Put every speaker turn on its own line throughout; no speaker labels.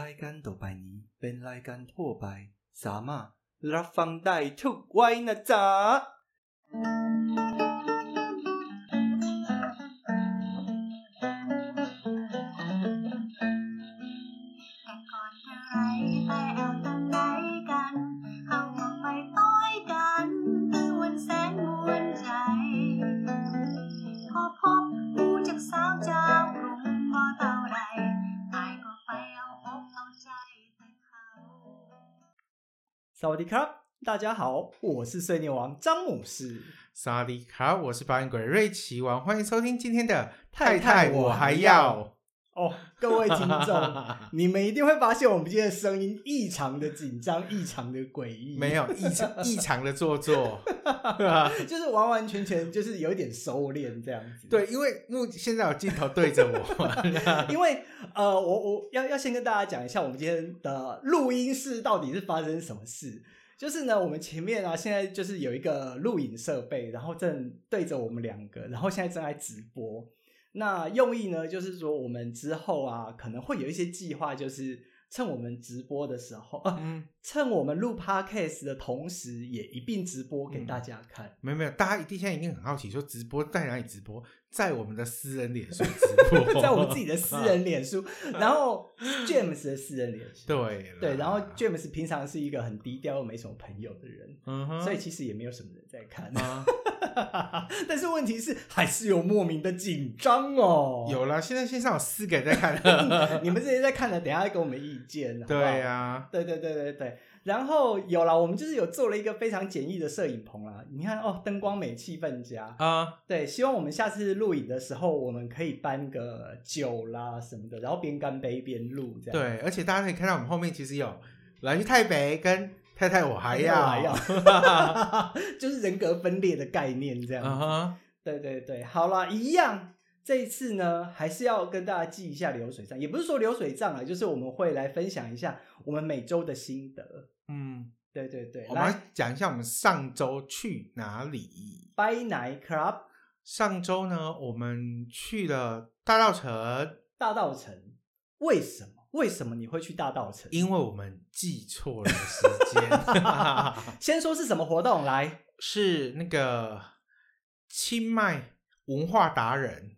รายการต่อไปนี้เป็นรายการทั่วไป สามารถรับฟังได้ทุกวัยนะจ๊ะ
แต่ก่อนจะไรไปแอลตังไหนกัน เอาหมอกไปต้อยกันคือวันแสนมวนใจ พอพบผู้จากสาวเจ้ากรุงพอเท่าไรตายก็ไปเอาอกเอาใจแต่เขา
萨瓦迪卡，大家好，我是碎念王詹姆士。
萨利卡，我是表演鬼瑞奇王，欢迎收听今天的
太太
太太
我
我
还
还
要
要。
哦，各位听众，你们一定会发现我们今天的声音异常的紧张，异常的诡异，
没有异常异常的做作，
就是完完全全就是有一点收敛这样子。
对，因为目现在有镜头对着我，
因为呃，我我要要先跟大家讲一下，我们今天的录音室到底是发生什么事。就是呢，我们前面啊，现在就是有一个录影设备，然后正对着我们两个，然后现在正在直播。那用意呢，就是说我们之后啊，可能会有一些计划，就是趁我们直播的时候， 呃、
嗯，
趁我们录 podcast 的同时，也一并直播给大家看。
没有没有，大家一定现在一定很好奇，说直播在哪里直播？在我们的私人脸书直播，
在我们自己的私人脸书，然后 James 的私人脸书，
对啊啦
对，然后 James 平常是一个很低调又没什么朋友的人，
嗯哼，
所以其实也没有什么人在看。
啊，
但是问题是，还是有莫名的紧张哦。
有啦，现在线上有四个人在看，
你们这些在看的，等一下再给我们意见。好不好
对啊呀，
对对对对对。然后有了，我们就是有做了一个非常简易的摄影棚啦。你看哦，灯光美，气氛佳。
啊，
对，希望我们下次录影的时候，我们可以搬个酒啦什么的，然后边干杯边录这样。
对，而且大家可以看到我们后面其实有来去台北跟太太我还要，
还要
啊
还要， 就是人格分裂的概念这样。
哈。
对对对，好啦，一样。这一次呢，还是要跟大家记一下流水账，也不是说流水账啊，就是我们会来分享一下我们每周的心得。
嗯，
对对对，
我们
来
来讲一下我们上周去哪里。
By Night Club
上周呢，我们去了大稻城，
大道城，为什么？为什么你会去大道城？
因为我们记错了时 间，
先说是什么活动来？
是那个清迈文化达人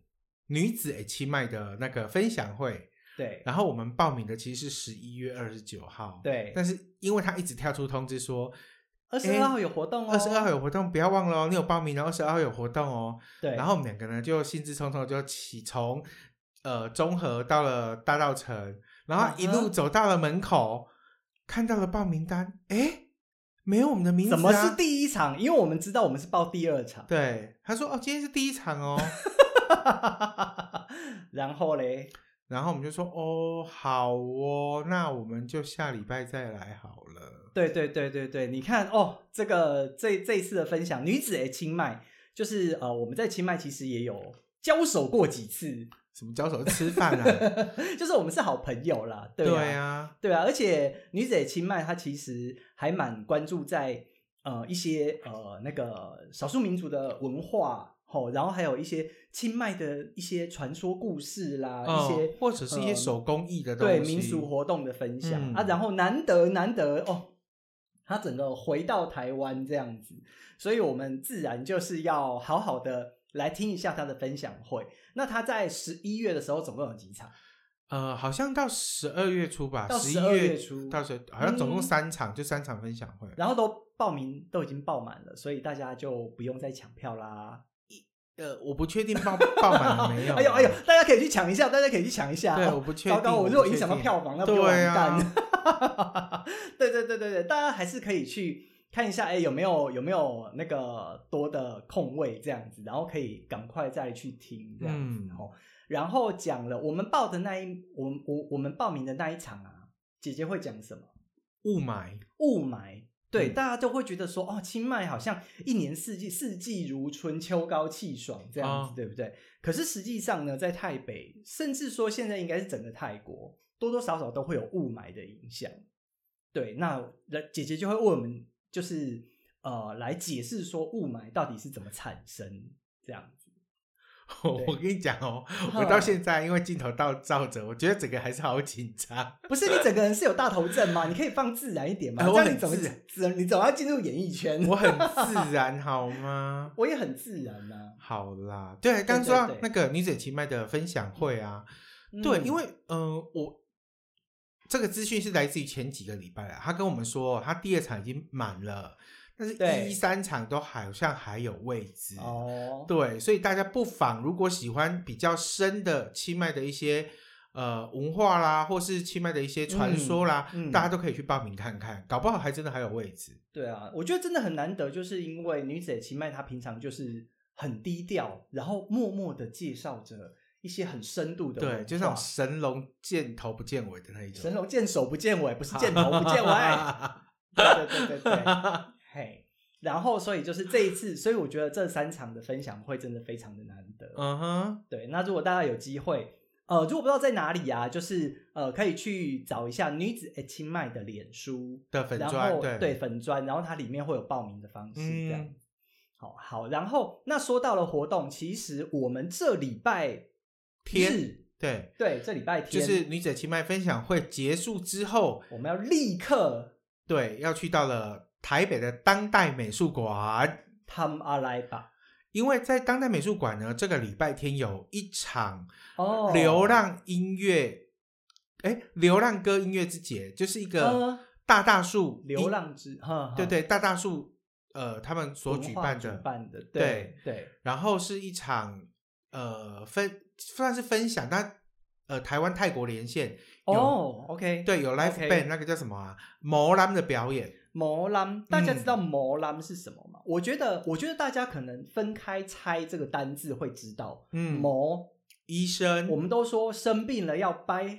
女子诶清迈的那个分享会，
对
然后我们报名的其实是十一月二十九号，，
对，
但是因为他一直跳出通知说
二十二号有活动哦，
二十二号有活动，不要忘了哦，你有报名哦，二十二号有活动哦，
对，
然后我们两个呢就兴致冲冲地就起从呃中和到了大稻城，然
嗯
后
哼
一路走到了门口，看到了报名单，诶，没有我们的名字、啊，
怎么是？第一场？因为我们知道我们是报第二场，
对，他说哦，今天是第一场 哦，
然后嘞，
然后我们就说哦，好哦，那我们就下礼拜再来好了。
对对对对对，你看哦，这个这这一次的分享，女子诶清迈，就是呃，我们在清迈其实也有交手过几次，
什么交手吃饭啊？
就是我们是好朋友啦， 对
对
啊，
啊，
对啊，而且女子诶清迈她其实还蛮关注在呃一些呃那个少数民族的文化。哦，然后还有一些清迈的一些传说故事啦，啊一些
嗯或者是一些
呃
手工艺的东西，
对民俗活动的分享、
嗯
啊，然后难得难得哦，他整个回到台湾这样子，所以我们自然就是要好好的来听一下他的分享会。那他在十一月的时候总共有几场？
呃，好像到十二月初吧，
到
11
12月
月
初
到时好像总
嗯
共三场，就三场分享会。
然后都报名都已经报满了，所以大家就不用再抢票啦。
呃，我不确定报报满了没有。啊
哎呦哎呦，大家可以去抢一下，大家可以去抢一下。
对，
哦
我不确定。
糟糕，
我
我
不
如果
确
影响到
定
票房，那不就完
对
蛋
啊，
了？ 对对对对对，大家还是可以去看一下，哎，有没有有没有那个多的空位这样子，然后可以赶快再去听这样子
嗯
哦。然后讲了我们报的那一，我们我我们报名的那一场啊，姐姐会讲什么？
雾霾，
雾霾。对，
嗯
大家都会觉得说，哦，清迈好像一年四季四季如春，秋高气爽这样子，
哦
对不对？可是实际上呢，在台北，甚至说现在应该是整个泰国，多多少少都会有雾霾的影响。对，那人姐姐就会为我们，就是呃，来解释说雾霾到底是怎么产生这样子。
我我跟你 讲哦，我到现在因为镜头倒照着，我觉得整个还是好紧 张。
不是你整个人是有大头症吗？你可以放自然一点吗？
呃
这
我
样
很
你怎么
自然
自然？你总要进入演艺圈。
我很自然好吗？
我也很自然啊呐、
好啦，对，刚刚说到
对对
那个女子奇麦的分享会啊，
嗯
对，因为嗯、呃我这个资讯是来自于前几个礼拜啊，他跟我们说他第二场已经满了，但是
对
一三场都好像还有位置。
哦，
对，所以大家不妨如果喜欢比较深的清迈的一些呃文化啦，或是清迈的一些传说啦，
嗯嗯
大家都可以去报名看看，搞不好还真的还有位置。
对啊，我觉得真的很难得，就是因为女子奇麦她平常就是很低调，然后默默的介绍着一些很深度的文化，
对，就那种神龙见头不见尾的那一种。
神龙见首不见尾，不是见头不见尾。对对对对对，嘿。然后，所以就是这一次，所以我觉得这三场的分享会真的非常的难得。
嗯哼，
对，那如果大家有机会，呃，如果不知道在哪里啊，就是呃，可以去找一下女子 H 麦的脸书，
的粉
然
砖，
后
对
粉砖，然后它里面会有报名的方式，这样
嗯，
好好，然后那说到了活动，其实我们这礼拜
天
日，
对，
对，这礼拜
就
天
是女子清迈分享会结束之后，
我们要立刻
对，要去到了台北的当代美术馆。
他们阿来吧，
因为在当代美术馆呢，这个礼拜天有一场
哦，
流浪音乐，哎、流浪歌音乐之节，就是一个
嗯
大大树、
流，浪之，呵呵
对对，大大树呃他们所
文
举
化
办
举
的，
办的，对对，
然后是一场呃分算是分享，但呃台湾泰国连线有、
哦，OK，，
对有 live
OK
band 那个叫什么啊摩兰的表演，
摩兰，大家
嗯
知道摩兰是什么吗？我觉得，我觉得大家可能分开拆这个单字会知道，
嗯，
摩，
医生，
我们都说生病了要掰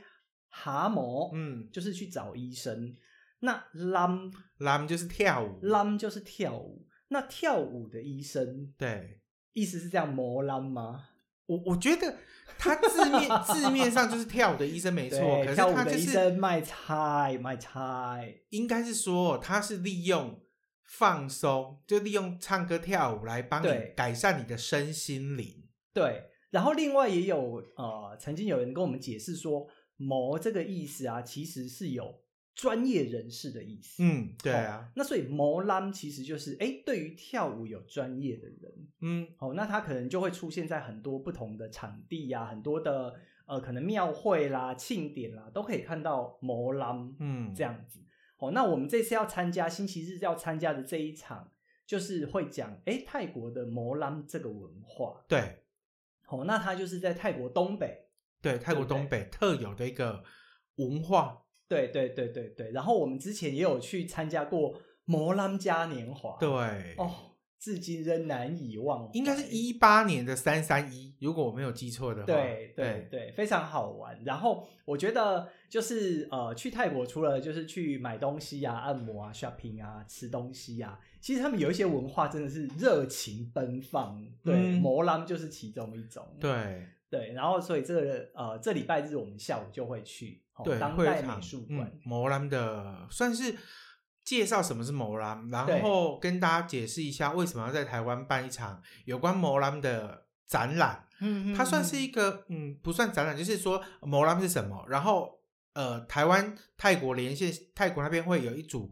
蛤蟆，
嗯
就是去找医生。那啷
兰就是跳舞，
啷就是跳舞，那跳舞的医生
对。
意思是这样摩啷吗？
我我觉得他 字面字面上就是跳舞的医生没错，
对
可是
跳舞
他
的
就
医
是
生卖菜卖菜，
应该是说他是利用放松，就利用唱歌跳舞来帮你
对
改善你的身心灵。
对。然后另外也有呃，曾经有人跟我们解释说，摩这个意思啊，其实是有专业人士的意思。
嗯，对啊，
那所以摩啷其实就是哎，对于跳舞有专业的人，
嗯
哦，那它可能就会出现在很多不同的场地呀、很多的呃，可能庙会啦、庆典啦，都可以看到摩兰
嗯，
这样子。哦，那我们这次要参加星期日要参加的这一场，就是会讲诶泰国的摩兰这个文化。
对
哦，那它就是在泰国东北，
对，泰国东北特有的一个文化，
对对对对对。然后我们之前也有去参加过摩兰嘉年华，
对，
哦，至今仍难以忘怀，
应该是一八年的三三一，如果我没有记错的话，
对对
对
对，非常好玩。然后我觉得就是呃，去泰国除了就是去买东西啊、按摩啊、shopping 啊、吃东西啊，其实他们有一些文化真的是热情奔放。对，
嗯
摩兰就是其中一种。
对
对，然后所以这个呃，这礼拜日我们下午就会去、哦、
对，
当
会有
代
场
美术馆。
嗯、摩兰的算是介绍什么是摩兰，然后跟大家解释一下为什么要在台湾办一场有关摩兰的展览。
嗯
它算是一个嗯，不算展览，就是说摩兰是什么，然后呃，台湾泰国连线泰国那边会有一组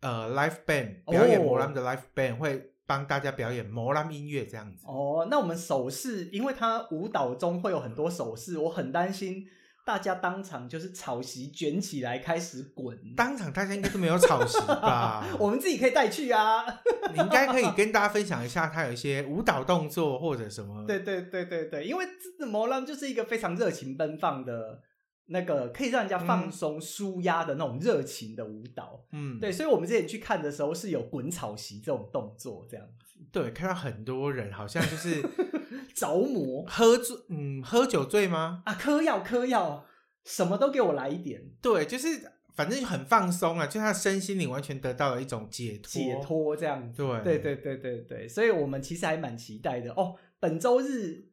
呃 l i f e band
哦
表演摩兰的 l i f e band、会帮大家表演摩兰音乐这样子。
哦，那我们手势，因为它舞蹈中会有很多手势，我很担心大家当场就是草席卷起来开始滚。
当场大家应该都没
？
有草席吧
我们自己可以带去啊。
你应该可以跟大家分享一下，它有一些舞蹈动作或者什 么。
对对对对对，因为这摩浪就是一个非常热情奔放的那个，可以让人家放松、舒压的那种热情的舞蹈。
嗯，
对，所以我们之前去看的时候是有滚草席这种动作，这样
对，看到很多人好像就是
着魔
喝醉， 嗯，喝酒醉吗？
啊，嗑药嗑药，什么都给我来一点
对，就是反正很放松啊，就他身心灵完全得到了一种解脱。
解，脱这样子。
对
对对对对对，所以我们其实还蛮期待的哦。本周日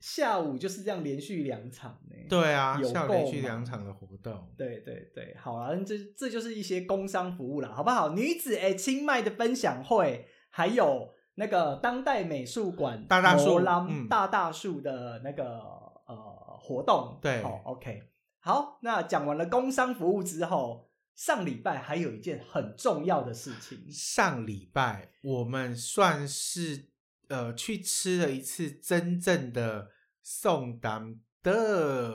下午就是这样连续两场呢。
对啊，
有
下午连
够
续
嘛
两场的活动。
对对对，好啊，这这就是一些工商服务啦，好不好？女子哎，清迈的分享会，还有那个当代美术馆
大大树
摩朗
嗯
大大树的那个呃活动。
对
好、o k 好，那讲完了工商服务之后，上礼拜还有一件很重要的事情，
上礼拜我们算是呃去吃了一次真正的宋丹的，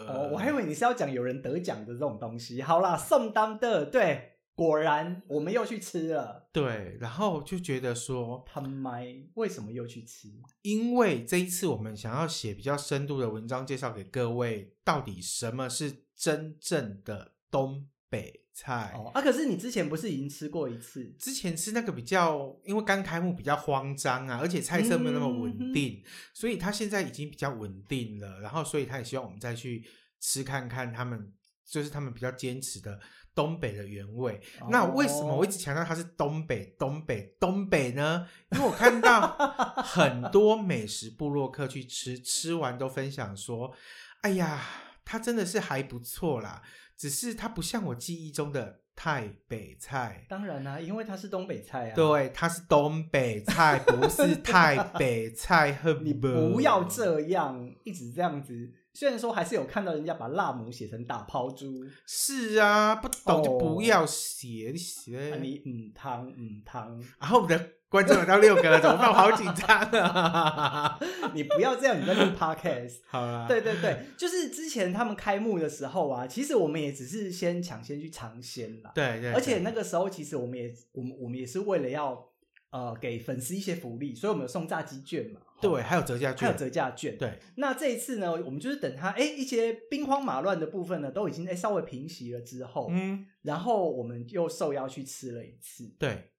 哦，我还以为你是要讲有人得奖的这种东西。好啦，宋当的，对，果然我们又去吃了。
对，然后就觉得说，
他妈，为什么又去吃？
因为这一次我们想要写比较深度的文章，介绍给各位到底什么是真正的东北菜。
哦啊，可是你之前不是已经吃过一次？
之前吃那个比较，因为刚开幕比较慌张啊，而且菜色没有那么稳定，所以他现在已经比较稳定了。然后，所以他也希望我们再去吃看看他们，就是他们比较坚持的东北的原味。那
哦
为什么我一直强调它是东北、东北、东北呢？因为我看到很多美食部落客去吃，吃完都分享说：“哎呀，它真的是还不错啦，只是它不像我记忆中的太北菜。”
当然啦、因为它是东北菜啊。，
对，它是东北菜，不是太北菜，恨
你不要。这样，一直这样子。虽然说还是有看到人家把辣母写成打抛猪，
是啊，不懂就
哦
不要写，你写、
啊、你嗯汤嗯汤，
然后我们的观众有到六个了，怎么办？我好紧张啊！
你不要这样，你在录 podcast。
好啦，
对对对，就是之前他们开幕的时候啊，其实我们也只是先抢先去尝鲜啦。
对对，啊
而且
对
那个时候，其实我们也我们我们也是为了要呃给粉丝一些福利，所以我们有送炸鸡券嘛，哦
对，还有折价
还有
券，
折价券。，
对
那这一次呢，我们就是等它哎一些兵荒马乱的部分呢都已经哎稍微平息了之后，
嗯，
然后我们又受邀去吃了一次，
对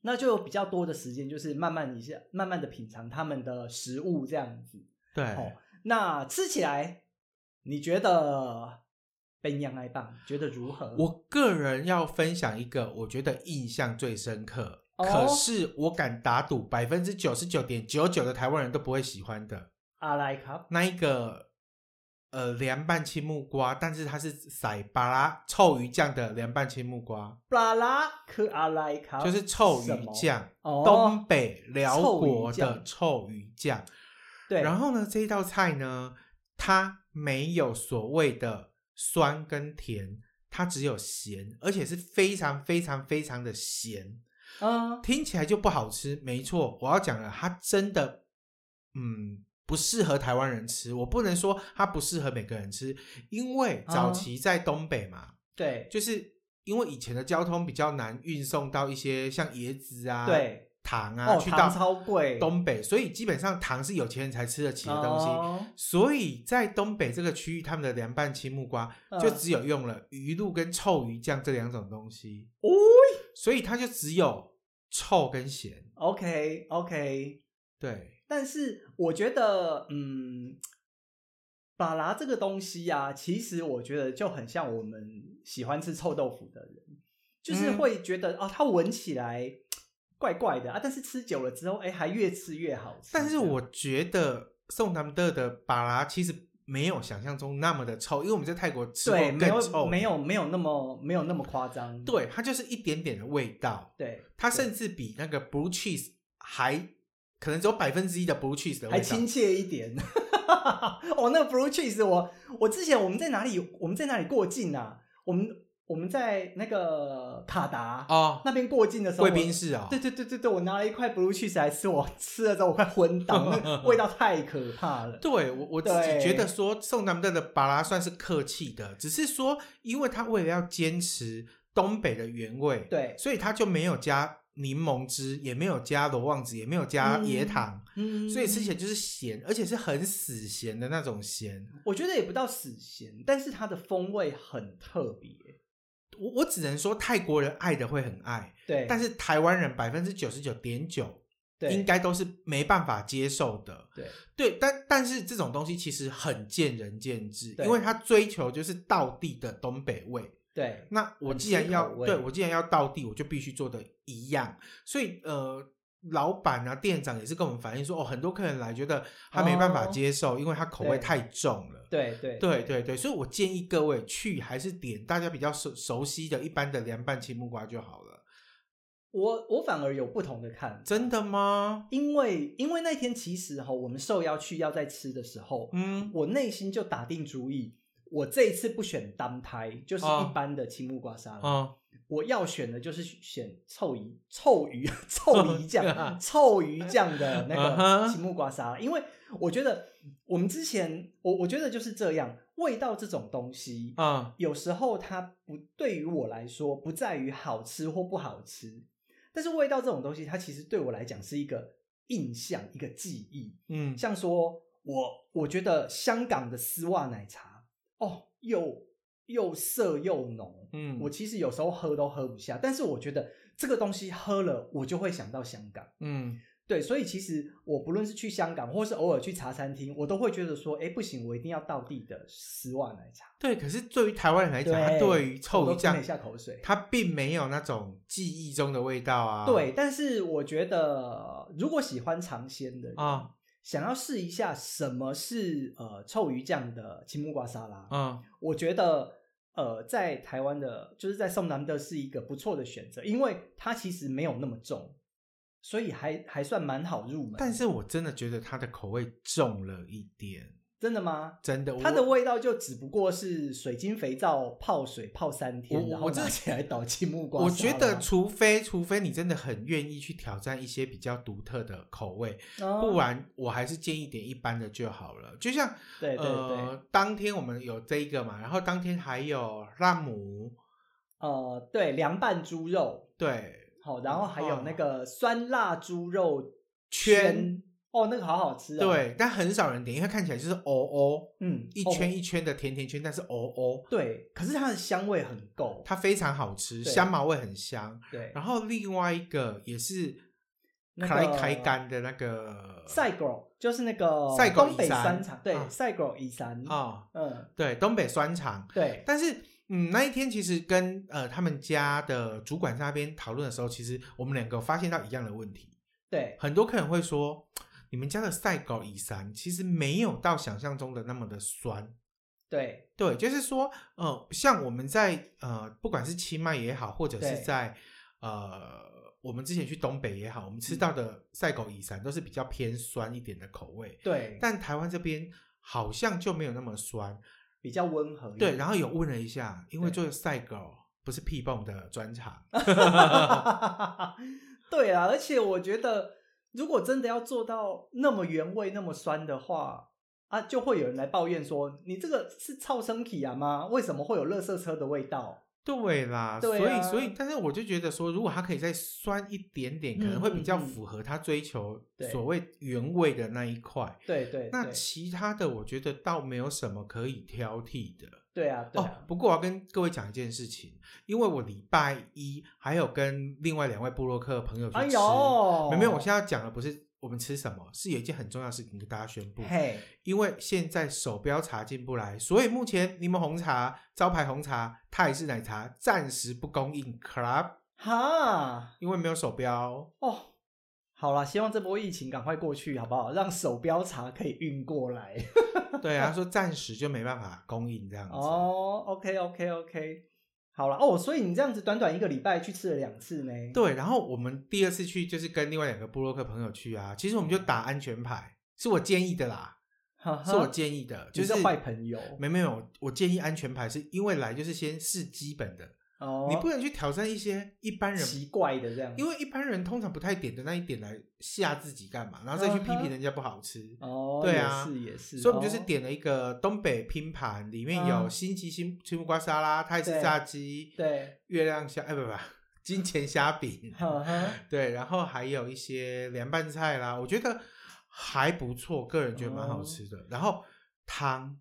那就有比较多的时间，就是慢慢一下慢慢的品尝他们的食物这样子。
对、
哦，那吃起来你觉得奔羊爱棒觉得如何？
我个人要分享一个，我觉得印象最深刻，
哦
可是我敢打赌百分之九十九点九九的台湾人都不会喜欢的。
阿莱卡
那一个呃凉拌青木瓜，但是它是塞巴拉臭鱼酱的凉拌青木瓜，
布拉拉克阿莱卡
就是臭
啊什
鱼
么
酱，
哦
东，北辽国的臭鱼酱。
对，
然后呢，这一道菜呢，它没有所谓的酸跟甜，它只有咸，而且是非常非常非常的咸。
嗯
听起来就不好吃，没错，我要讲了，它真的，嗯，不适合台湾人吃。我不能说它不适合每个人吃，因为早
哦
期在东北嘛，
对
就是因为以前的交通比较难运送到一些像椰子啊、
对，
糖啊，
哦
去到
糖超贵
东北，所以基本上糖是有钱人才吃得起的东西。
哦
所以在东北这个区域，他们的凉拌青木瓜
嗯
就只有用了鱼露跟臭鱼酱这两种东西，
哦
所以它就只有臭跟咸。
，OK OK，
对，
但是我觉得，嗯，巴拉这个东西呀、其实我觉得就很像我们喜欢吃臭豆腐的人，就是
嗯
会觉得、哦，它闻起来怪怪的啊，但是吃久了之后，哎，还越吃越好吃。
但是
这样
我觉得宋南德的巴拉其实没有想象中那么的臭，因为我们在泰国吃过
对没
更臭，
有没有没有那么没有那么夸张，
对，它就是一点点的味道，
对，
它甚至比那个 blue cheese 还可能只有百分之一的 blue cheese 的味
还
道，
亲切一点。哦，那个 blue cheese，我我之前我们在哪里？我们在哪里过境啊？我们我们在那个卡达
哦，
那边过境的时候，
贵
我
宾室哦，
对对对对对，我拿了一块 blue cheese 来吃，我吃了之后我快昏 倒，那个味道太可怕了。
对我我自
对
己觉得说宋南德的巴拉算是客气的，只是说因为他为了要坚持东北的原味，
对，
所以他就没有加柠檬汁，也没有加罗望子，也没有加
嗯
椰糖。
嗯
所以吃起来就是咸，而且是很死咸的那种咸。
我觉得也不到死咸，但是它的风味很特别。
我我只能说泰国人爱的会很爱，
对，
但
是
是台湾人百分之九十九点九应该都是没办法接受的。
对
对，但但是这种东西其实很见仁见智，
对
因为他追求就是道地的东北味。
对
那我
很
既然
吃
要
口味
对我既然要到地，我就必须做的一样。所以呃，老板啊、店长也是跟我们反映说，哦，很多客人来觉得他没办法
哦
接受，因为他口味
对
太重了。
对对
对对对，所以我建议各位去还是点大家比较熟熟悉的一般的凉拌青木瓜就好了。
我我反而有不同的看法，
真的吗？
因为因为那天其实哈，我们受邀去要在吃的时候，
嗯，
我内心就打定主意，我这一次不选单拍，就是
哦
一般的青木瓜沙拉，
哦，
我要选的就是选臭鱼、臭鱼、 臭鱼
啊
酱、臭鱼酱的那
嗯哼
个青木瓜沙拉，因为我觉得我们之前，我我觉得就是这样，味道这种东西，
啊，
有时候它不对于我来说，不在于好吃或不好吃，但是味道这种东西，它其实对我来讲是一个印象、一个记忆。
嗯，
像说我，我觉得香港的丝袜奶茶，哦，又又涩又浓，
嗯，
我其实有时候喝都喝不下，但是我觉得这个东西喝了，我就会想到香港。
嗯
对，所以其实我不论是去香港，或是偶尔去茶餐厅，我都会觉得说，哎，不行，我一定要道地的丝袜奶茶。
对，可是对于台湾人来讲，他
对
对于臭
我
鱼
都
酱
吞了一下口水
他并没有那种记忆中的味道啊。
对，，但是我觉得如果喜欢尝鲜的人
啊
想要试一下什么是呃臭鱼酱的青木瓜沙拉，
嗯
我觉得呃在台湾的，就是在宋南的是一个不错的选择，因为它其实没有那么重，所以还还算蛮好入门。
但是我真的觉得它的口味重了一点，
真的吗？
真的。
它的
我
味道就只不过是水晶肥皂泡水泡三
我
天，然后
我真的
拿起来倒青木瓜沙拉。
我觉得，除非除非你真的很愿意去挑战一些比较独特的口味，
哦
不然我还是建议点一般的就好了。就像
对对对，
呃，当天我们有这一个嘛，然后当天还有辣姆，
呃，对凉拌猪肉，
对，
好，然后还有那个酸辣猪肉
哦圈
哦，那个好好吃啊。，
对，但很少人点，因为它看起来就是哦哦
嗯，
一
哦
圈一圈的甜甜圈，但是哦哦，
对，可是它的香味很够。
它非常好吃，
对
香茅味很香。
对，
然后另外一个也是
那
开
个
开干的那个
赛狗就是那个
赛狗
东北
乙山
山场，
啊
对，赛狗乙山，
哦，
嗯，
对，东北酸肠。
对，
但是，嗯，那一天其实跟呃他们家的主管在那边讨论的时候，其实我们两个发现到一样的问题，
对，
很多客人会说，你们家的赛狗乙酸其实没有到想象中的那么的酸。
对，
对，就是说，呃，像我们在呃，不管是清迈也好，或者是
对
在呃，我们之前去东北也好，我们吃到
嗯
的赛狗乙山都是比较偏酸一点的口味，
对，
但台湾这边好像就没有那么酸。
比较温和一点。
对，然后有问了一下，因为
嗯对
做赛狗不是屁蹦的专场，
对啊，而且我觉得，如果真的要做到那么原味、那么酸的话，啊，就会有人来抱怨说，你这个是超生体啊吗？为什么会有垃圾车的味道？
对啦，
对
所以
啊
所以，但是我就觉得说，如果它可以再酸一点点，可能会比较
嗯嗯嗯
符合他追求
对
所谓原味的那一块。
对对
那
对，
其他的，我觉得倒没有什么可以挑剔的。
对啊对
哦
啊，，
不过我要跟各位讲一件事情，因为我礼拜一还有跟另外两位布洛克朋哦友去吃。
哎呦，
没有，我现在要讲的不是我们吃什么，是有一件很重要的事情跟大家宣布。
嘿，
因为现在手标茶进不来，所以目前柠檬红茶、招牌红茶、泰式奶茶暂时不供应 Club，
哈，
因为没有手标。
哦。好啦，希望这波疫情赶快过去，好不好？让手标茶可以运过来。
对，啊他说暂时就没办法供应这样子。
哦，OK OK OK，好了哦，所以你这样子短短一个礼拜去吃了两次呢？
对，然后我们第二次去就是跟另外两个布洛克朋友去啊，其实我们就打安全牌，是我建议的啦，
哈哈，
是我建议的，
嗯
就
你
是
是坏朋友
没没有，我建议安全牌是因为来就是先试基本的，
哦，
你不能去挑战一些一般人
奇怪的这样，
因为一般人通常不太点的那一点来吓自己干嘛，然后再去批
嗯
评
哼
人家不好吃。
哦，
对啊
也是也是，
所以我们就是
哦
点了一个东北拼盘，里面有
嗯
新奇新青木瓜沙拉、泰式
对
炸鸡、
对，嗯
月亮虾，哎不不不，金钱虾饼，
哈哈，
对，然后还有一些凉拌菜啦，我觉得还不错，个人觉得蛮好吃的。然后汤，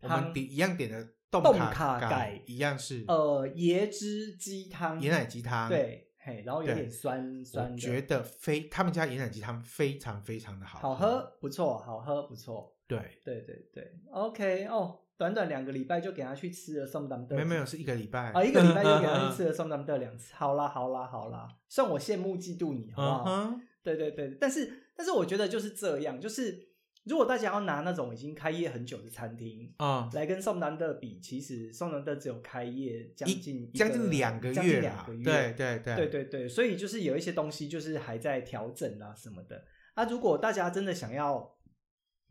我们
哦汤
点一样点的冻
冻
卡
卡
改
改，
一样是
呃，椰汁鸡汤，
椰奶鸡汤。，
对，嘿，然后有
对
点酸酸
我
的，
觉得非他们家椰奶鸡汤非常非常的好
好喝，不错，好喝不错，
对，
对对对，OK 哦，短短两个礼拜就给他去吃了宋丹的，
没有没有是一个礼拜
啊，一个礼拜就给 他去吃了宋丹的两次，好啦好啦好啦，算我羡慕嫉妒你，好不
嗯
好？
哼，
对对对，但是但是我觉得就是这样，就是如果大家要拿那种已经开业很久的餐厅
啊、
来跟宋丹的比，其实宋丹的只有开业将
一
近一
将近两个
个
月
两
啦
个，月，
对对对
对对对，所以就是有一些东西就是还在调整啊什么的。啊，如果大家真的想要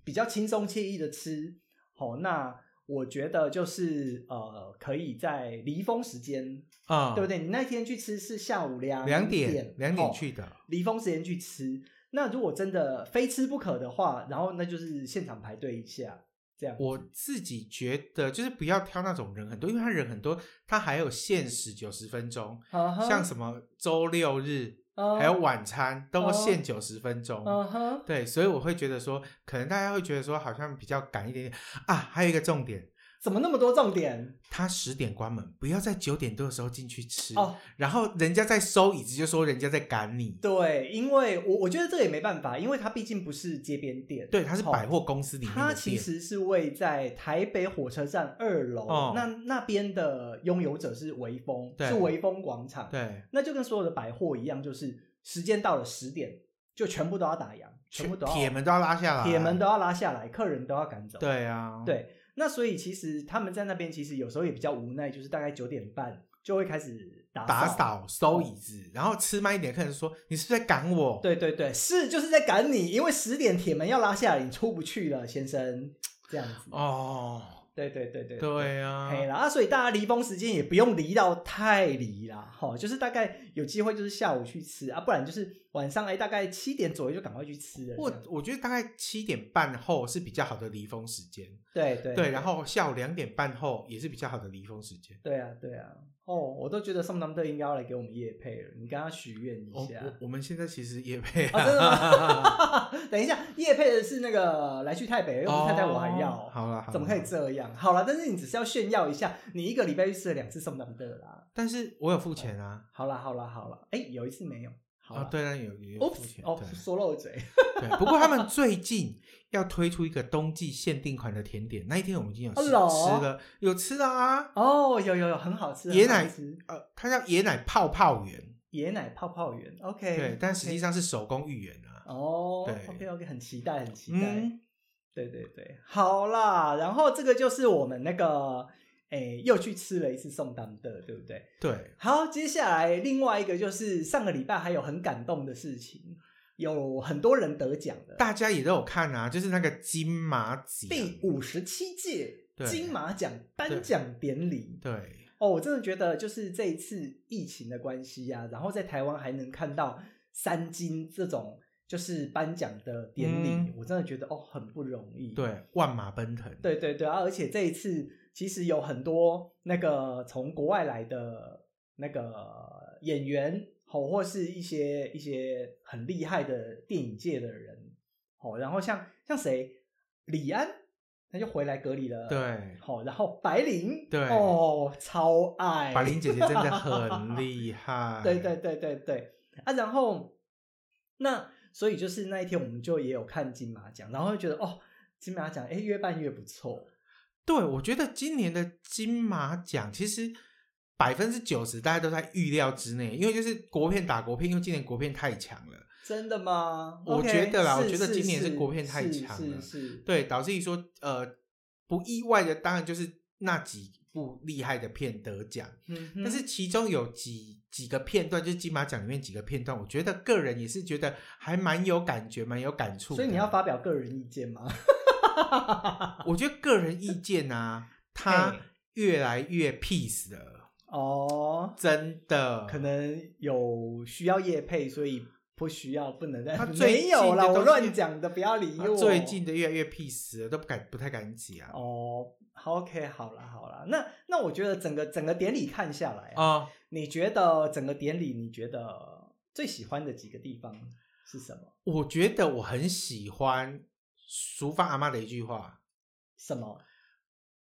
比较轻松惬意的吃，好、那我觉得就是呃，可以在离峰时间，
啊，
对不对？你那天去吃是下午两
两
点
点两点
哦
去的，
离峰时间去吃。那如果真的非吃不可的话，然后那就是现场排队一下，这样。
我自己觉得就是不要挑那种人很多，因为他人很多，他还有限时九十分钟，
啊哈
像什么周六日
啊
还有晚餐都
哦
限九十分钟。
嗯哼，
对，所以我会觉得说，可能大家会觉得说，好像比较赶一点点啊。还有一个重点，
怎么那么多重点？
他十点关门，不要在九点多的时候进去吃，
哦
然后人家在收椅子就说人家在赶你。
对，因为我我觉得这也没办法，因为它毕竟不是街边店，
对，他是
哦
百货公司里面的
它其
店
实是位在台北火车站二楼，
哦
那那边的拥有者是微风，
对
是微风广场，
对，
那就跟所有的百货一样，就是时间到了十点，就全部都要打烊，全部都要
铁门都要拉下来，
铁门都要拉下来，客人都要赶走，
对啊，
对，那所以其实他们在那边其实有时候也比较无奈，就是大概九点半就会开始打
打扫收椅子，然后吃慢一点，客人就说你是不是在赶我？
对对对，是就是在赶你，因为十点铁门要拉下来，你出不去了，先生，这样子。
哦，
对对对对。
对啊，
嘿啦，啊，所以大家离峰时间也不用离到太离啦，哈，就是大概有机会就是下午去吃啊，不然就是晚上哎，大概七点左右就赶快去吃了。这
我
样
我觉得大概七点半后是比较好的离峰时间，
对对
对，然后下午两点半后也是比较好的离峰时间。
对啊对啊，哦，我都觉得宋丹德应该要来给我们夜配了，你跟他许愿
我
一下。
哦我我们现在其实也配
啊，真的 吗？ 等一下，叶配的是那个来去台北，又不是太太我还要，
哦好了，好啦
怎么可以？这样？好了，但是你只是要炫耀一下，你一个礼拜去吃了两次宋丹的啦。
但是我有付钱啊，
好啦，好啦，好啦，哎、有一次没有，好
啊，
啦，
对啊，有有有付
，oops，
钱，
哦，
对
说漏嘴，
对。不过他们最近要推出一个冬季限定款的甜点，那一天我们已经有吃
哦
吃了，有吃了啊，
哦，有有有，很好吃，
椰
很好
奶
吃
呃，它叫椰奶泡泡圆，
椰奶泡泡圆，OK，
对，但实际
OK
上是手工芋圆啊。
哦
对
，OK OK，很期待，很期待。
嗯，
对对对，好啦，然后这个就是我们那个，哎，又去吃了一次宋丹的，对不对？
对，
好，接下来另外一个就是上个礼拜还有很感动的事情，有很多人得奖的，
大家也都有看啊，就是那个金马奖，
第五十七届
对
金马奖颁奖典礼。
对，
哦，我真的觉得就是这一次疫情的关系啊，然后在台湾还能看到三金这种就是颁奖的典礼，
嗯
我真的觉得哦很不容易。
对，万马奔腾，
对对对啊！而且这一次其实有很多那个从国外来的那个演员，哦，或是一些一些很厉害的电影界的人，哦，然后像像谁，李安，他就回来隔离了，，
对，
好、然后白灵，
对
哦，超爱
百灵姐姐真的很厉害
，对对对对对啊，然后那所以就是那一天我们就也有看金马奖，然后就觉得哦，金马奖哎越办越不错。
对，我觉得今年的金马奖其实百分之九十大家都在预料之内，因为就是国片打国片，因为今年国片太强了，
真的吗？
我
OK，
觉得啦
是
我觉得
是
今年
是
是国片太
是
强了
是是，
对，导致于说呃不意外的，当然就是那几部厉害的片得奖，
嗯哼，
但是其中有几几个片段，就是金马奖里面几个片段，我觉得个人也是觉得还蛮有感觉，蛮有感触的。
所以你要发表个人意见 吗？
我觉得个人意 见啊，它
嘿
越来越 peace 了，
哦，
真的。
可能有需要业配，所以不需要不能再。
他啊最
没
近
有啦，
的
我
东
乱
西
讲的，不要理
它
我。
最近的越来越 peace 了，都不敢不太敢讲啊。
哦，好 OK，好啦好啦，那那我觉得整个整个典礼看下来啊，
哦，
你觉得整个典礼你觉得最喜欢的几个地方是什么？
我觉得我很喜欢淑芳阿妈的一句话
什么？：“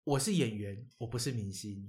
我是演员，我不是明星。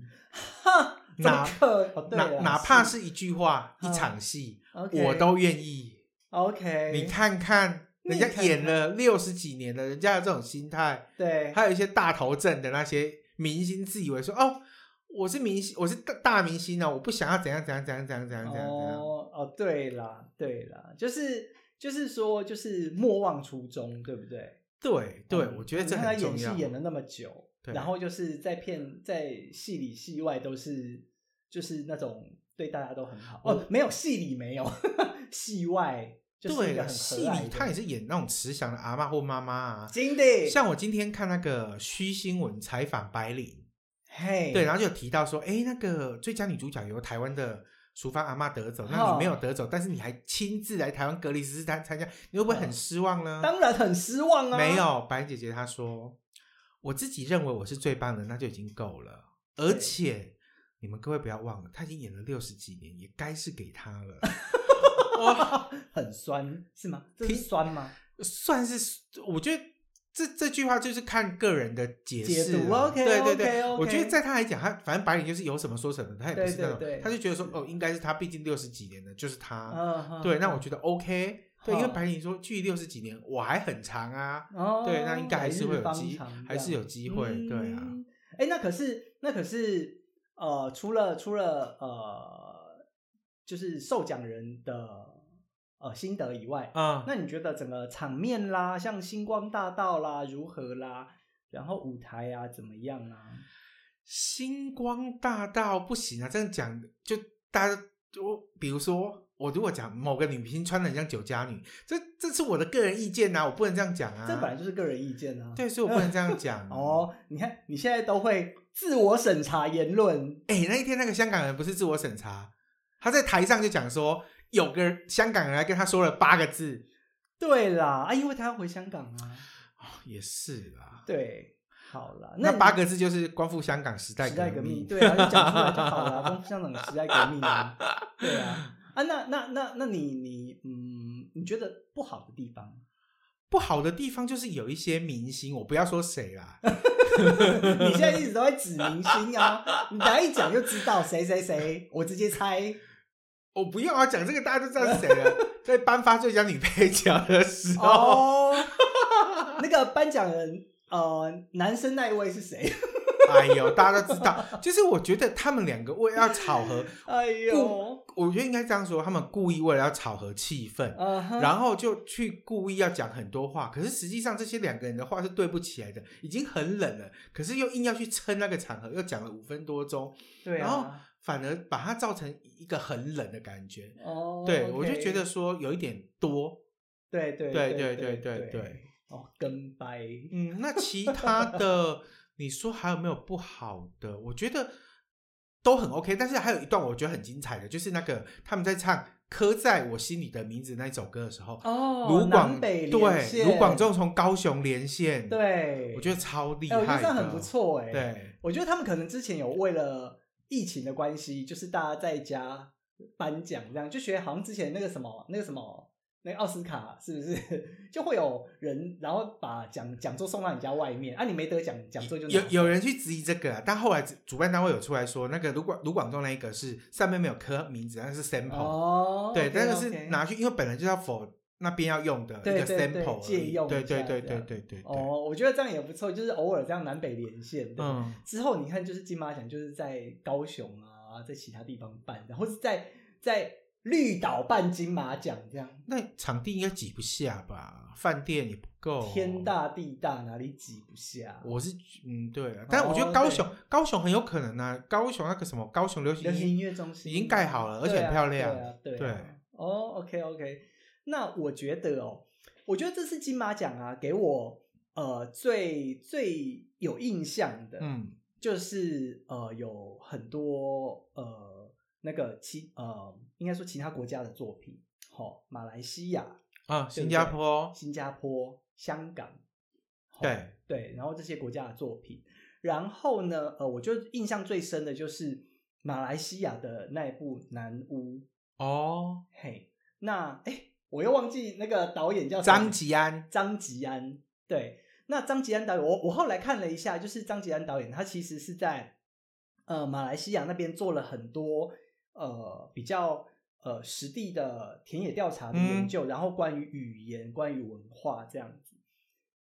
哈，怎么
哪
可哦，对
哪
啦
哪怕是一句话、
嗯
一场戏，
OK
我都愿意。
OK，
你看看人家
哎你看看
演了六十几年了，人家有这种心态，
对，
还有一些大头症的那些明星，自以为说哦，我是明星，我是大大明星呢、啊我不想要怎样怎样怎样怎样怎样怎样怎样。
哦哦，对啦，对啦，就是就是说，就是莫忘初衷，对不对？嗯
对对，我觉得这
你看他
很
演
重
戏
要。
演了那么久，
对
然后就是在片在戏里戏外都是就是那种对大家都很好哦，没有戏里没有， 戏外就是一
对
个
了，
很
戏
和蔼的
里他也是演那种慈祥的阿嬷或妈妈啊。
真的
像我今天看那个虚新闻采访白领，
嘿
对，然后就有提到说，哎，那个最佳女主角由台湾的淑芳阿嬷得走，那
哦
你没有得走，但是你还亲自来台湾隔离十四参参加，你会不会很
嗯
失望呢？
当然很失望啊，
没有，白姐姐她说，我自己认为我是最棒的，那就已经够了。而
对
且你们各位不要忘了，她已经演了六十几年，也该是给她 了。哇，
很酸是吗？这是
听
酸吗？
算是我觉得这这句话就是看个人的解
解
释
读
了
OK，
对对
OK，
对
OK
我觉得在她来讲，她反正白领就是有什么说什么，她也不
对
是那
对
种，
对
她就觉得说哦，应该是她，毕竟六十几年了，就是她。
嗯，
啊对，那我
就
觉得 OK。对，因为
好
白领说距离六十几年我还很长啊。
哦，
对，那应该还是会有
来日
机
方长，
还是有机会，对啊。
嗯。哎、那可是那可是呃，除了除了呃，就是受奖人的呃心得以外，
啊、
那你觉得整个场面啦，像星光大道啦，如何啦？然后舞台啊，怎么样啊？
星光大道不行啊，这样讲就大家就比如说我如果讲某个女明星穿的很像酒家女，这这是我的个人意见呐、啊，我不能这样讲啊。
这本来就是个人意见啊。。
对，所以我不能这样讲
哦，你看你现在都会自我审查言论，
哎、那一天那个香港人不是自我审查，他在台上就讲说，有个香港人来跟他说了八个字，
对啦，啊，因为他要回香港啊。
哦、也是啦。
对，好啦，
那
你
八个字就是光复香港时代
时代
革
革
命。
命，对啊，你讲出来就好了，光复香港的时代革命啊，对啊，啊，那那那那你你嗯，你觉得不好的地方？
不好的地方就是有一些明星，我不要说谁啦，
你现在一直都在指明星啊，你等一下一讲就知道谁谁谁，我直接猜。
我不用啊，讲这个大家都知道是谁了。在颁发最佳女配角的时候，
哦， 那个颁奖人呃，男生那一位是谁？
哎呦，大家都知道。就是我觉得他们两个为了要炒和，
哎呦，
我觉得应该这样说，他们故意为了要炒和气氛，
呃，
然后就去故意要讲很多话。可是实际上这些两个人的话是对不起来的，已经很冷了，可是又硬要去撑那个场合，又讲了五分多钟，
对
然后
啊，
反而把它造成一个很冷的感觉。
哦，
对，我就
OK
觉得说有一点多，
对对对
对对对对
对
对，
哦，跟掰，
嗯，那其他 的你说还有没有不好的？我觉得都很 OK，但是还有一段我觉得很精彩的，就是那个他们在唱《刻在我心里的名字》那一首歌的时候，
哦，
卢广
南北连
对
线
卢广仲从高雄连线，，
对，
我觉得超厉
哎
害
我觉得这
的，
样很不。错哎、，
对，
我觉得他们可能之前有为了疫情的关系，就是大家在家颁奖这样，就学好像之前那个什么那个什么。那个奥斯卡是不是 就会有人，然后把讲讲座送到你家外面啊？你没得奖，讲座就拿
有有人去质疑这个、啊，但后来主主办单位有出来说，那个卢广卢广仲那一个是上面没有刻名字，那是 sample，、
哦，
对，
OK，
那个是
OK
拿去，因为本来就要否那边要用的
对
一个
对对
sample，而
借
已
用
对
一下
对对
这
对
样
对对对，
哦，我觉得这样也不错，就是偶尔这样南北连线，对
嗯，
之后你看，就是金马奖就是在高雄啊，在其他地方办，然后是在在绿岛办金马奖这样，
那场地应该挤不下吧？饭店也不够，
天。大地大哪里挤不下？
哦我是嗯对啊，但我
哦
觉得高雄、高雄很有可能啊，高雄那个什么高雄流行
流行音乐中心
已经盖好了，而且
对
很
啊
漂亮。
对啊，对
对
啊。哦，OK OK，那我觉得哦，我觉得这次金马奖啊，给我呃最最有印象的，
嗯
就是呃有很多呃那个其呃应该说其他国家的作品，好、马来西亚、
啊，
对
新加坡
新加坡、香港，齁
对
对，然后这些国家的作品。然后呢，呃，我就印象最深的就是马来西亚的那一部《南巫》。
哦，
嘿，那哎，诶我又忘记那个导演叫什么
张吉安
张吉安。对，那张吉安导演，我我后来看了一下，就是张吉安导演，他其实是在呃马来西亚那边做了很多呃比较呃实地的田野调查的研究，然后关于语言、关于文化这样子。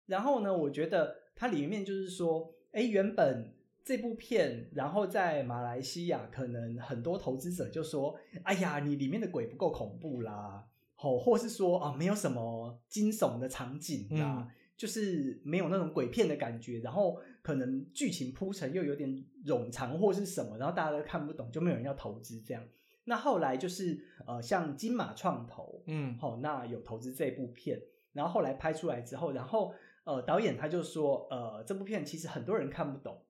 然后呢，我觉得它里面就是说，哎，原本这部片，然后在马来西亚，可能很多投资者就说，哎呀，你里面的鬼不够恐怖啦，哦，或是说啊，没有什么惊悚的场景啦，就是没有那种鬼片的感觉，然后可能剧情铺陈又有点冗长或是什么，然后大家都看不懂，就没有人要投资这样。那后来就是呃，像金马创投，
嗯，
好、那有投资这部片，然后后来拍出来之后，然后呃，导演他就说，呃，这部片其实很多人看不懂，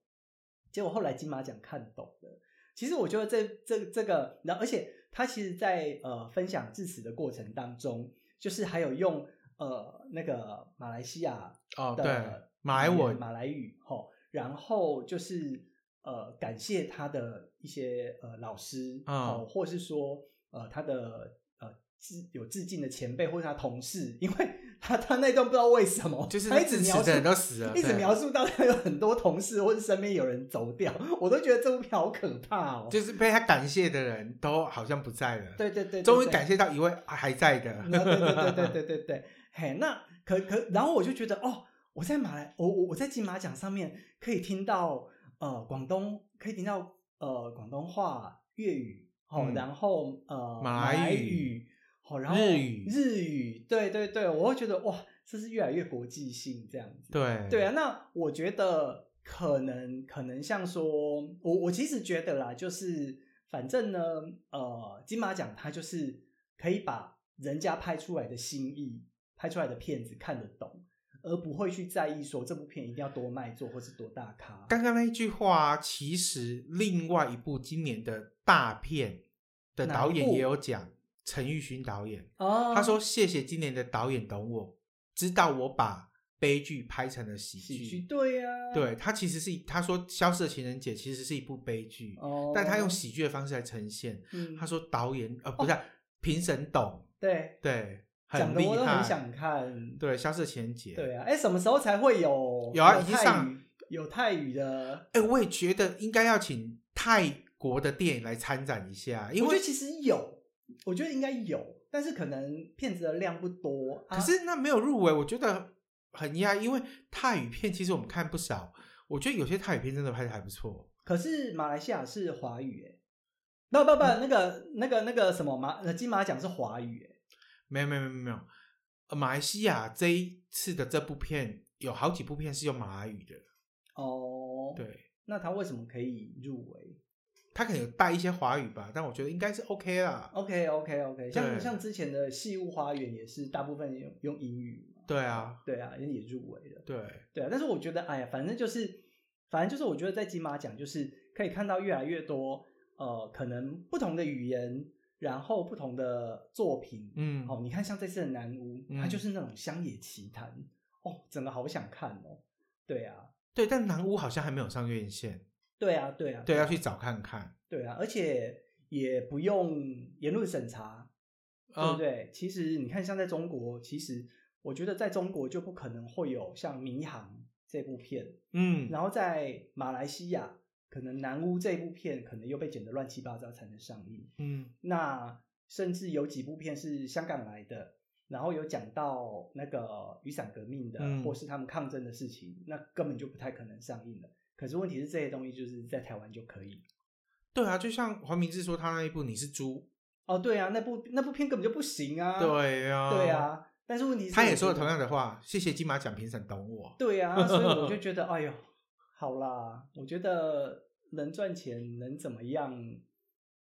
结果后来金马奖看懂了。其实我觉得这这这个，然后而且他其实在呃分享致辞的过程当中，就是还有用呃那个马来西亚
哦，
的
对，马来文，
马来语吼、然后就是呃感谢他的一些呃老师
嗯
哦，或是说呃他的呃致有致敬的前辈或是他同事，因为他他那段不知道为什么
就是
他一直
致辞
描述
的人都死了，
一直
对
描述到他有很多同事或是身边有人走掉，我都觉得这部片好可怕哦。
就是被他感谢的人都好像不在了，，
对对对对
终于
对嗯
感谢到一位还在的，
对对对啊对对对对，嘿，那可可，然后我就觉得哦，我在马来，我我我在金马奖上面可以听到呃广东，可以听到呃广东话、粤语，哦，
嗯
然后呃
马来
来
语
语，哦，然后
日语
日语，对对对，我会觉得哇，这是越来越国际性这样子。
对，
对啊，那我觉得可能可能像说，我我其实觉得啦，就是反正呢，呃，金马奖它就是可以把人家拍出来的心意、拍出来的片子看得懂，而不会去在意说这部片一定要多卖座或是多大咖。
刚刚那一句话，啊其实另外一部今年的大片的导
哪一
演
部
也有讲，陈玉勋导演，
哦
他说谢谢今年的导演懂我，知道我把悲剧拍成了喜
喜
剧。
剧对呀、
对他其实是他说《消失的情人节》其实是一部悲剧，
哦，
但他用喜剧的方式来呈现。
嗯
他说导演呃不是啊评审懂，
对
对，
哦讲
很
的
厉
我都很
害。
想看。
对《消失的情人节》
对啊，哎，什么时候才会有
有啊
有
已经
泰
上
语有泰语的
哎、我也觉得应该要请泰国的电影来参展一下，因
我觉
为
得其实有，我觉得应该有，但是可能骗子的量不多。啊、
可是那没有入围，我觉得很压抑，因为泰语片其实我们看不少，我觉得有些泰语片真的拍的还不错。
可是马来西亚是华语哎、不不不，
嗯
那个那个那个什么马呃金马奖是华语哎、
没有没有没有没有，呃马来西亚这一次的这部片有好几部片是用马来语的，
哦，，
对，
那他为什么可以入围
他可能有带一些华语吧，但我觉得应该是 OK 啦。
？OK OK OK，像
对
像之前的《戏物花园》也是大部分用用英语嘛，
对啊，
对啊，也入围了。
对，
对啊，但是我觉得，哎呀，反正就是，反正就是，我觉得在金马奖就是可以看到越来越多，呃，可能不同的语言，然后不同的作品。
嗯，
哦，你看像这次的南屋，
嗯
它就是那种乡野奇谈，哦，整个好想看哦。对啊，
对，但南屋好像还没有上院线，
对啊，对啊，
对，
啊
要去找看看。
对啊，而且也不用言论审查，对不
嗯，
对？其实你看，像在中国，其实我觉得在中国就不可能会有像《迷航》这部片，
嗯，
然后在马来西亚，可能《南屋》这部片可能又被剪得乱七八糟才能上映。
嗯，
那甚至有几部片是香港来的，然后有讲到那个雨伞革命的，
嗯
或是他们抗争的事情，那根本就不太可能上映了。可是问题是这些东西就是在台湾就可以。
对啊，就像黄明志说他那一部你是猪，
哦，对啊，那部那部片根本就不行啊。
对啊，
对，啊，但是问题是
他也说
我
了
觉得
同样的话，谢谢金马奖评审懂我。
对啊，所以我就觉得，哎呦，好啦，我觉得能赚钱能怎么样？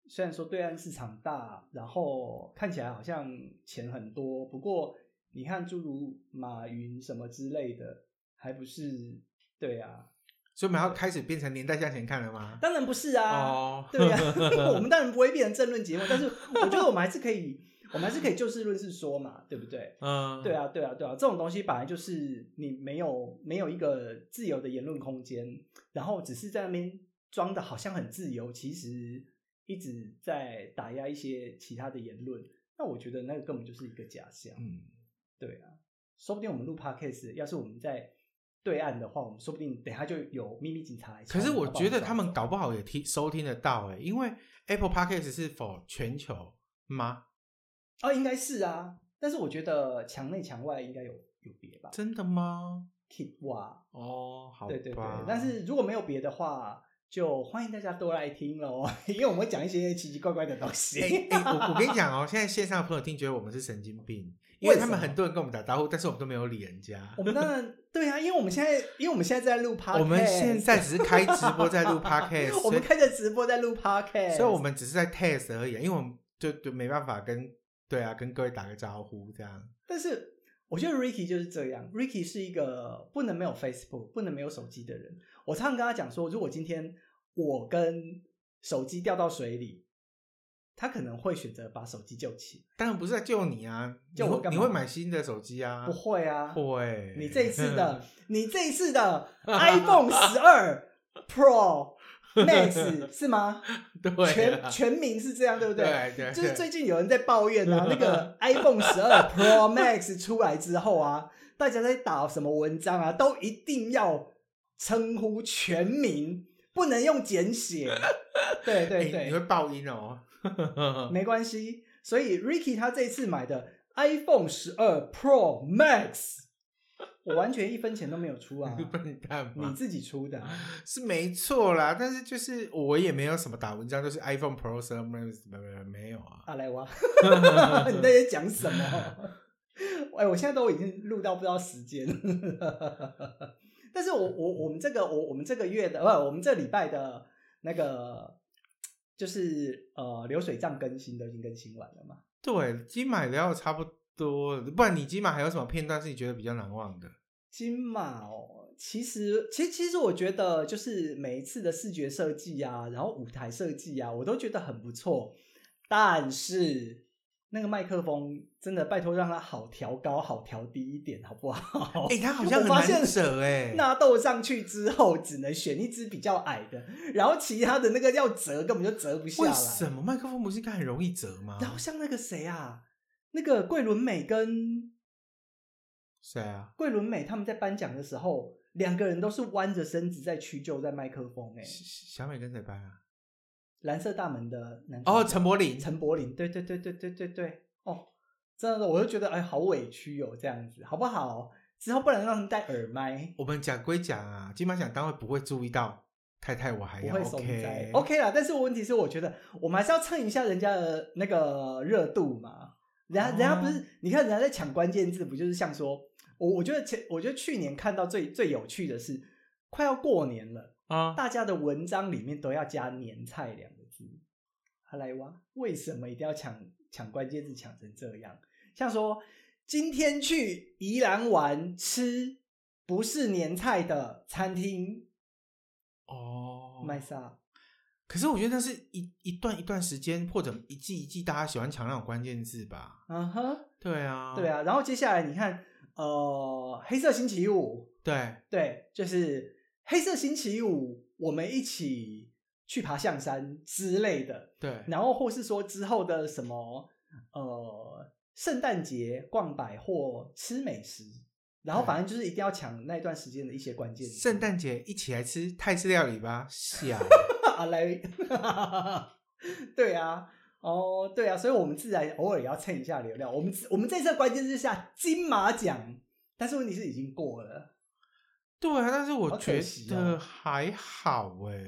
虽然说对岸市场大，然后看起来好像钱很多，不过你看诸如马云什么之类的，还不是对啊？
所以我们要开始变成年代向前看了吗？
当然不是啊，
哦，
对 啊，我们当然不会变成政论节目，但是我觉得我们还是可以，我们还是可以就事论事说嘛，对不对？
嗯，
对，啊，对啊，对啊，这种东西本来就是你没有没有一个自由的言论空间，然后只是在那边装的好像很自由，其实一直在打压一些其他的言论。那我觉得那个根本就是一个假象。
嗯，
对啊，说不定我们录 podcast，要是我们在对岸的话，我们说不定等下就有秘密警察来敲
可
门。
是我
要把
觉得
抓
他们
走
搞不好也听收听得到哎、因为 Apple Podcast 是否全球吗？
哦，应该是啊，但是我觉得墙内墙外应该有有别吧
真的吗？
，keep 哇。
哦，好吧，
对对对，但是如果没有别的话，就欢迎大家多来听喽， 因为我们会讲一些奇奇怪怪的东西。
哎哎，我我跟你讲哦，现在线上的朋友听觉得我们是神经病，因为他
为
们
什么
很多人跟我们打招呼，但是我们都没有理人家
我。们当然对啊，因为我们现在，因为我们现在在录 podcast，
我们现在只是开直播在 录 podcast，
我
所
们
以
开着直播在录 podcast，
所以我们只是在 test 而已，啊因为我们就就没办法跟对啊跟各位打个招呼这样。
但是我觉得 Ricky 就是这样，Ricky 是一个不能没有 Facebook、不能没有手机的人。我常常跟他讲说，如果今天我跟手机掉到水里，他可能会选择把手机救起。
当然不是在救你啊，
救
你
我
会
干嘛
你会买新的手机啊？
不会啊，
会，
你这一次的，你这一次的 iPhone 十二 Pro Max 是吗？
对啊
全全名是这样，对不对？
对对，
就是最近有人在抱怨啊，那 个 iPhone 十二 Pro Max 出来之后啊，大家在打什么文章啊，都一定要称呼全名，不能用简写。对对
哎你会
对，
爆音哦。
没关系。所以 Ricky 他这次买的 iPhone 十二 Pro Max，我完全一分钱都没有出啊，
笨蛋嘛，
你自己出的啊、
是没错啦，但是就是我也没有什么打文章，就是 iPhone Pro 什么没没没有啊。
阿莱 哇，你在这讲什么？ 哎，我现在都已经录到不知道时间了。 但是我我我们这个我我们这个月的不，我们这礼拜的那个就是呃流水账更新都已经更新完了嘛？
对，金马聊差不多了，不然你金马还有什么片段是你觉得比较难忘的？
金马哦，其实其实其实我觉得就是每一次的视觉设计啊，然后舞台设计啊，我都觉得很不错。但是那个麦克风真的拜托让它好调高、好调低一点，好不好？
哎、他好像
我
很
哦发
难
现
扯哎、
纳豆上去之后，只能选一只比较矮的，然后其他的那个要折根本就折不下
为
来。
什么麦克风不是应该很容易折吗？
然后像那个谁啊，那个桂纶镁跟
谁啊？
桂纶镁他们在颁奖的时候，两个人都是弯着身子在屈就在麦克风、欸，哎，
小小美跟谁掰啊？
蓝色大门的男主角
哦，陈柏霖，
陈柏霖，对对对对对对对，哦，真的我就觉得哎，好委屈哦，这样子好不好？之后不能让他们戴耳麦，
我们讲归讲啊，金马奖单位不会注意到太太，我还
不
要
会松灾
哎 OK。哦
OK 啦。但是问题是，我觉得我们还是要蹭一下人家的那个热度嘛。人家、
哦
人家不是，你看人家在抢关键字，不就是像说，我我觉得前我觉得去年看到最最有趣的是，快要过年了，
啊，
大家的文章里面都要加“年菜”两个字。哈莱哇，为什么一定要抢抢关键字抢成这样？像说今天去宜兰玩吃不是年菜的餐厅，
哦，
麦莎。
可是我觉得那是一一段一段时间或者一季一季，大家喜欢抢那种关键字吧？
嗯哼，
对啊，
对，啊，然后接下来你看，呃，黑色星期五，
对，
对，就是黑色星期五，我们一起去爬象山之类的，
对，
然后或是说之后的什么呃圣诞节逛百货吃美食，然后
对
反正就是一定要抢那段时间的一些关键词。
圣诞节一起来吃泰式料理吧，小
啊来， 对啊。哦，对啊，所以我们自然偶尔也要蹭一下流量。我们只我们这次的关键字下金马奖，但是问题是已经过了
对啊，但是我
好
觉
可惜
得
哦
还好哎、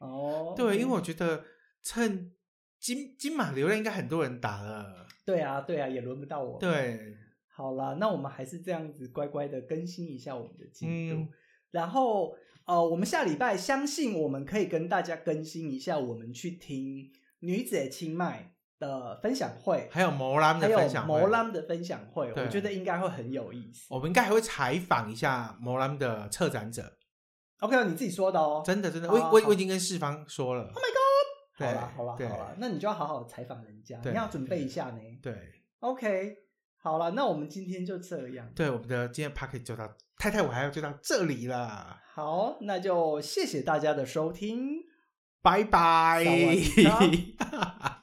哦。
对，因为我觉得趁金金马流量应该很多人打了，
对啊，对啊，也轮不到我。，
对，
好啦，那我们还是这样子乖乖的更新一下我们的进度。
嗯，
然后呃，我们下礼拜相信我们可以跟大家更新一下，我们去听女子的清迈的分享会，
还有摩拉姆
还
的
有
分享会
摩兰的分享会，
对哦
我觉得应该会很有意思。
我们应该还会采访一下摩兰的策展者，
OK，你自己说的哦。
真的真的，
好
我
啊
我
好
我已经跟世芳说了。Oh my god！
好啦，好啦，好啦，那你就要好好采访人家，
对
你要准备一下呢。
对
OK，好了，那我们今天就这样。
对，我们的今天 p a c k e t 就到太太，我还要就到这里了，
好，那就谢谢大家的收听。
拜拜
萨瓦迪。